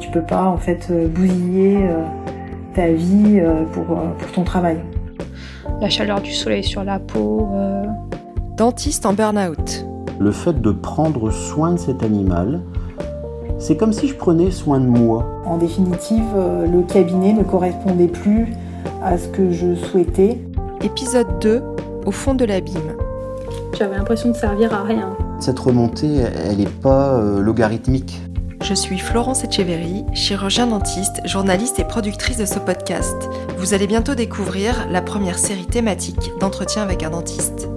Tu peux pas en fait euh, bousiller ta vie euh, pour, pour ton travail. La chaleur du soleil sur la peau. Euh... Dentiste en burn-out. Le fait de prendre soin de cet animal, c'est comme si je prenais soin de moi. En définitive, euh, le cabinet ne correspondait plus à ce que je souhaitais. Épisode 2, au fond de l'abîme. J'avais l'impression de servir à rien. Cette remontée, elle n'est pas euh, logarithmique. Je suis Florence Echeverry, chirurgien dentiste, journaliste et productrice de ce podcast. Vous allez bientôt découvrir la première série thématique d'entretien avec un dentiste.